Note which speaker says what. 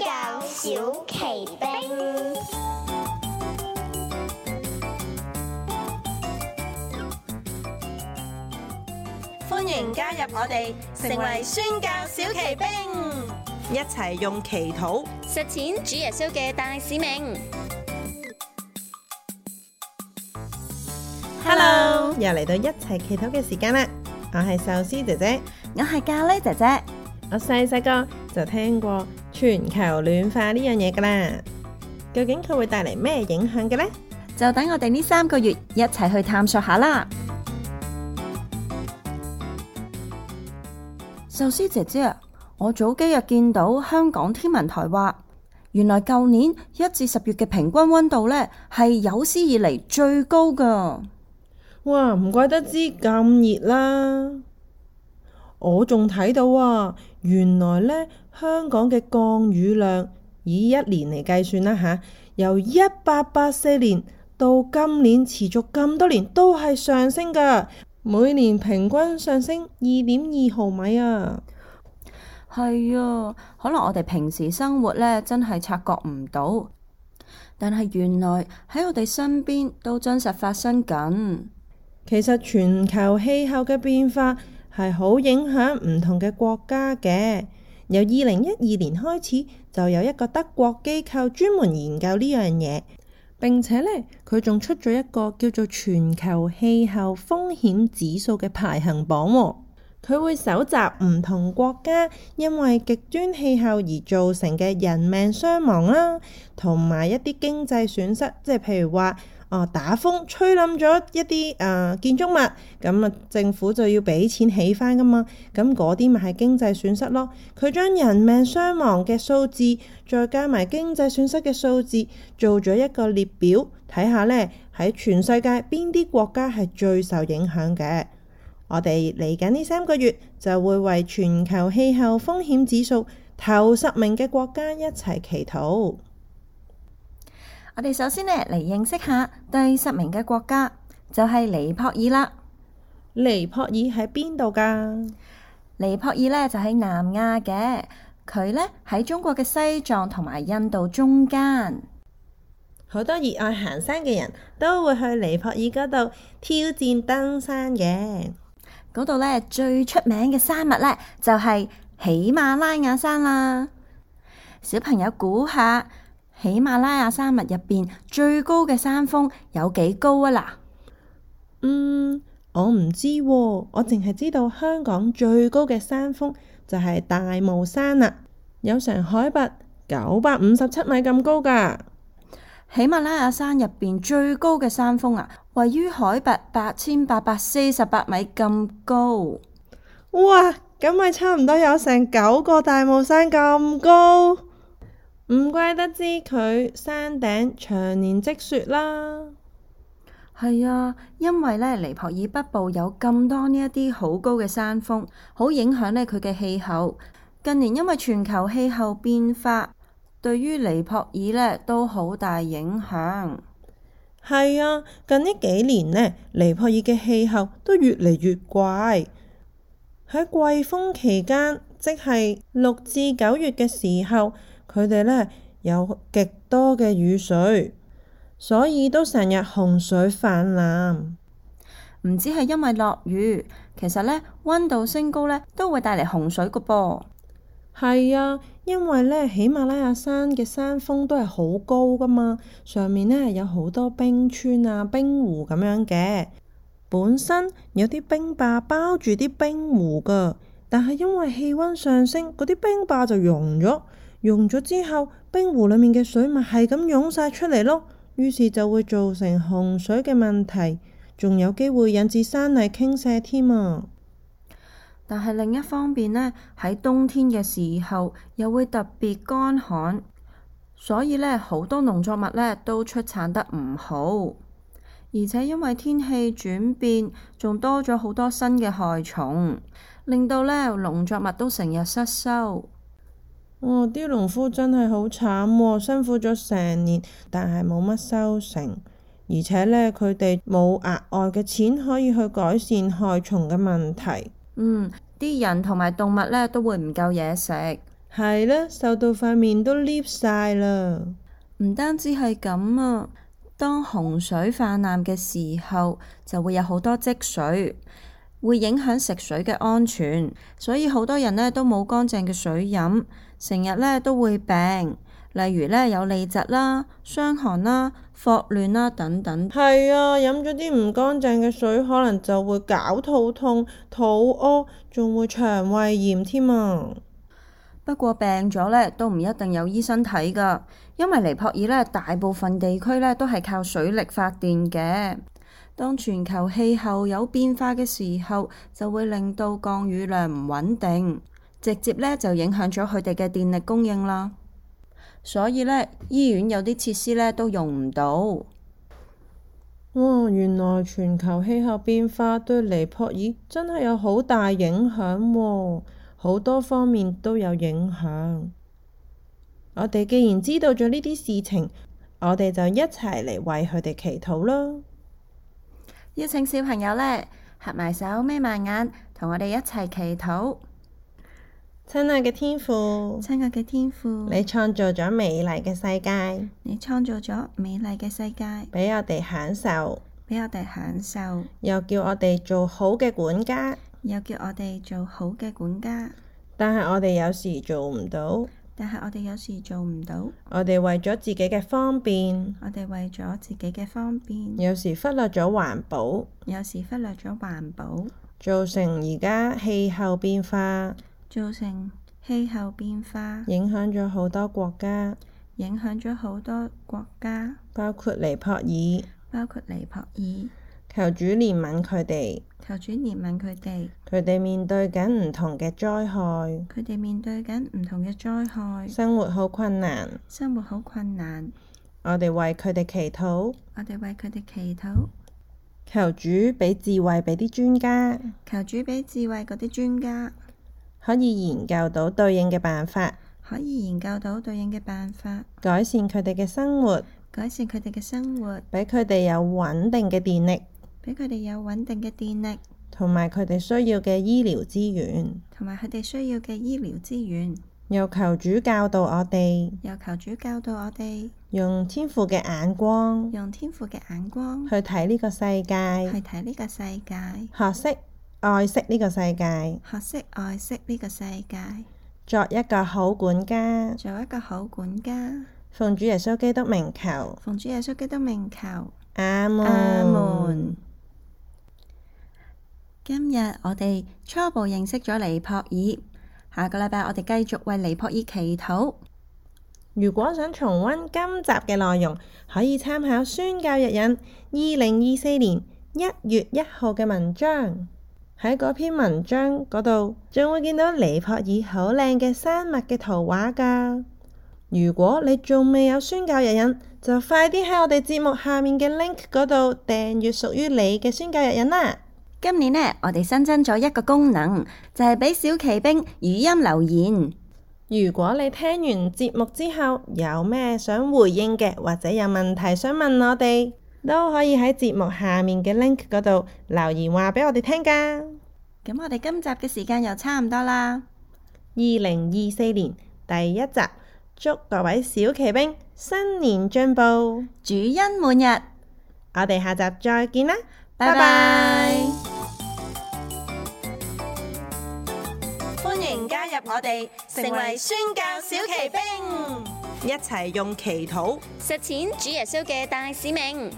Speaker 1: 小奇兵。
Speaker 2: 欢迎加入我哋，成為宣教小騎兵，一齊用祈禱
Speaker 3: 實踐主耶穌嘅大使命。
Speaker 2: Hello
Speaker 4: 又嚟到一齊祈禱嘅時間啦！我係壽司姐姐，
Speaker 5: 我係咖喱姐姐，
Speaker 4: 我細細個就聽過全球暖化呢樣嘢噶啦，究竟佢會帶嚟咩影響嘅呢？
Speaker 5: 就等我哋呢三個月一齊去探索下啦。壽司姐姐啊，我早幾日見到香港天文台話，原來舊年一至十月嘅平均溫度呢係有史以嚟最高噶。
Speaker 4: 哇，唔怪得知咁熱啦！我仲睇到啊，原來呢香港嘅降雨量以一年嚟計算啦吓，由一八八四年到今年持續咁多年都係上升噶，每年平均上升二點二毫米啊！
Speaker 5: 係啊，可能我哋平時生活呢真係察覺唔到，但係原來喺我哋身邊都真實發生緊。
Speaker 4: 其實全球氣候嘅變化係好影響唔同嘅國家嘅。由二零一二年開始，就有一個德國機構專門研究呢樣嘢。並且呢，佢仲出咗一個叫做全球氣候風險指數嘅排行榜喎。佢會搜集唔同國家因為極端氣候而造成嘅人命傷亡啦，同埋一啲經濟損失，即係譬如話哦，打風吹冧咗一啲誒、呃建築物，咁啊政府就要俾錢起翻噶嘛，咁嗰啲咪係經濟損失咯。佢將人命傷亡嘅數字，再加埋經濟損失嘅數字，做咗一個列表，睇下呢喺全世界邊啲國家係最受影響嘅。我哋嚟緊呢三個月就會為全球氣候風險指數頭十名嘅國家一齊祈禱。
Speaker 5: 我哋首先呢嚟認識下第十名嘅國家，就係尼泊爾啦。
Speaker 4: 尼泊爾喺邊度㗎？
Speaker 5: 尼泊爾呢就喺南亞嘅，佢呢喺中國嘅西藏同埋印度中間。
Speaker 4: 好多熱愛行山嘅人都會去尼泊爾嗰度挑戰登山嘅。
Speaker 5: 嗰度呢最出名嘅山脈呢就係喜馬拉雅山啦。小朋友估下喜馬拉雅山脈入邊最高嘅山峰有幾高啊嗱？
Speaker 4: 嗯，我唔知喎、我淨係知道香港最高嘅山峰就係大霧山啦，有成海拔九百五十七米咁高㗎。
Speaker 5: 喜馬拉雅山入邊最高嘅山峰啊，位於海拔八千八百四十八米咁高。
Speaker 4: 哇，咁咪差唔多有成九個大帽山咁高，唔怪得知佢山頂長年積雪啦。
Speaker 5: 係啊，因為咧尼泊爾北部有咁多呢一啲好高嘅山峰，好影響咧佢嘅氣候。近年因為全球氣候變化，對於尼泊爾咧都好大影響。
Speaker 4: 係啊，近呢幾年呢，尼泊爾嘅氣候都越嚟越怪。喺季風期間，即係六至九月嘅時候，佢哋呢有極多嘅雨水，所以都成日洪水泛濫。
Speaker 5: 唔止係因為落雨，其實咧温度升高咧都會帶嚟洪水噶噃。
Speaker 4: 係啊，因為咧喜馬拉雅山嘅山峰都係好高噶嘛，上面咧有好多冰川啊、冰湖咁樣嘅。本身有啲冰霸包住啲冰湖噶，但係因為氣温上升，嗰啲冰霸就溶咗，溶咗之後，冰湖裡面嘅水咪係咁湧晒出嚟咯，於是就會造成洪水嘅問題，仲有機會引致山泥傾瀉添啊！
Speaker 5: 但係另一方面呢，喺冬天嘅時候又會特別乾旱，所以呢，好多農作物呢都出產得唔好，而且因為天氣轉變，仲多咗好多新嘅害蟲，令到呢農作物都成日失收。
Speaker 4: 哦，啲農夫真係好慘喎，辛苦咗成年，但係冇乜收成，而且呢，佢哋冇額外嘅錢可以去改善害蟲嘅問題。
Speaker 5: 嗯，啲人同埋動物呢都會唔夠嘢食。
Speaker 4: 係啦，瘦到塊面都 lift 晒啦。
Speaker 5: 唔單止係咁啊，當洪水泛濫嘅時候，就會有好多積水，會影響食水嘅安全，所以好多人呢都冇乾淨嘅水飲，成日呢都會病，例如呢有痢疾啦、傷寒啦、霍亂啦等等。
Speaker 4: 係啊，飲咗啲唔乾淨嘅水，可能就會搞肚痛、肚屙，仲會腸胃炎添啊！
Speaker 5: 不過病咗呢都唔一定有醫生睇㗎，因為尼泊爾呢大部分地區呢都係靠水力發電嘅。當全球氣候有變化嘅時候，就會令到降雨量唔穩定，直接呢就影響咗佢哋嘅電力供應啦。所以呢，醫院有啲設施呢都用唔到。
Speaker 4: 哇，原來全球氣候變化對尼泊爾真係有好大影響喎，好多方面都有影響。我哋既然知道咗呢啲事情，我哋就一齊嚟為佢哋祈禱啦。
Speaker 5: 邀請小朋友呢，合埋手、眯埋眼，同我哋一齊祈禱。
Speaker 4: 親愛嘅天父，
Speaker 5: 親愛嘅天父，
Speaker 4: 你創造咗美麗嘅世界，
Speaker 5: 你創造咗美麗嘅世界，
Speaker 4: 俾我哋享受，
Speaker 5: 俾我哋享受。
Speaker 4: 又叫我哋做好嘅管家。
Speaker 5: 又叫我哋做好嘅管家，
Speaker 4: 但係我哋有時做唔到，
Speaker 5: 但係我哋有時做唔到，
Speaker 4: 我哋為咗自己嘅方便，
Speaker 5: 我哋為咗自己嘅方便，
Speaker 4: 有時忽略咗環保，
Speaker 5: 有時忽略咗環保，
Speaker 4: 造成而家氣候變化，
Speaker 5: 造成氣候變化，
Speaker 4: 影響咗好多國家，
Speaker 5: 影響咗好多國家，
Speaker 4: 包括尼泊爾。
Speaker 5: 包括尼泊爾。
Speaker 4: 求主憐憫佢哋，
Speaker 5: 求主憐憫佢哋，
Speaker 4: 佢哋面對緊唔同嘅災害，
Speaker 5: 佢哋面對緊唔同嘅災害，
Speaker 4: 生活好困難。
Speaker 5: 生活好困難。
Speaker 4: 我哋為佢哋祈禱，
Speaker 5: 我哋為佢哋祈禱，
Speaker 4: 求主俾智慧俾啲專家，
Speaker 5: 求主俾智慧嗰啲專家
Speaker 4: 可以研究到對應嘅辦法，
Speaker 5: 可以研究到對應嘅辦法，
Speaker 4: 改善佢哋嘅生活，
Speaker 5: 改善佢哋嘅生活，
Speaker 4: 俾佢哋有穩定嘅電力，
Speaker 5: 俾佢哋有穩定嘅電力。
Speaker 4: 同埋佢哋需要嘅醫療資源。
Speaker 5: 同埋佢哋需要嘅醫療資源，
Speaker 4: 又求主教導我哋，
Speaker 5: 由求主教導我哋
Speaker 4: 用天父嘅眼光
Speaker 5: 用天父嘅眼光
Speaker 4: 去睇呢個世
Speaker 5: 去
Speaker 4: 界，
Speaker 5: 睇呢個世界，
Speaker 4: 學識愛惜呢個世界，
Speaker 5: 學識愛惜呢個世界，
Speaker 4: 作一個好管家。
Speaker 5: 做一個好管家。
Speaker 4: 奉主耶穌基督名求，
Speaker 5: 奉主耶穌基督名求，
Speaker 4: 阿門。
Speaker 5: 阿門。今日我哋初步認識咗尼泊爾，下個禮拜我哋繼續為尼泊爾祈禱。
Speaker 4: 如果想重温今集嘅內容，可以參考宣教日引二零二四年一月一號嘅文章。喺嗰篇文章嗰度，仲會見到尼泊爾好靚嘅山脈嘅圖畫㗎。如果你仲未有宣教日引，就快啲喺我哋節目下面嘅 link 嗰度訂閱屬於你嘅宣教日引啦！
Speaker 5: 今年呢，我哋新增咗一個功能，就係俾小騎兵語音留言。
Speaker 4: 如果你聽完節目之後有咩想回應嘅，或者有問題想問我哋，都可以喺節目下面嘅 link 嗰度留言話俾我哋聽㗎。二
Speaker 5: 咁我哋今集嘅時間又差唔多啦，
Speaker 4: 零二四年第一集，祝各位小騎兵新年進步！
Speaker 5: 主恩滿日，
Speaker 4: 我哋下集再見啦，
Speaker 5: 拜拜。
Speaker 2: 歡迎加入我哋，成為宣教小騎兵。
Speaker 4: 一齊用祈禱
Speaker 3: 實踐主耶穌嘅大使命。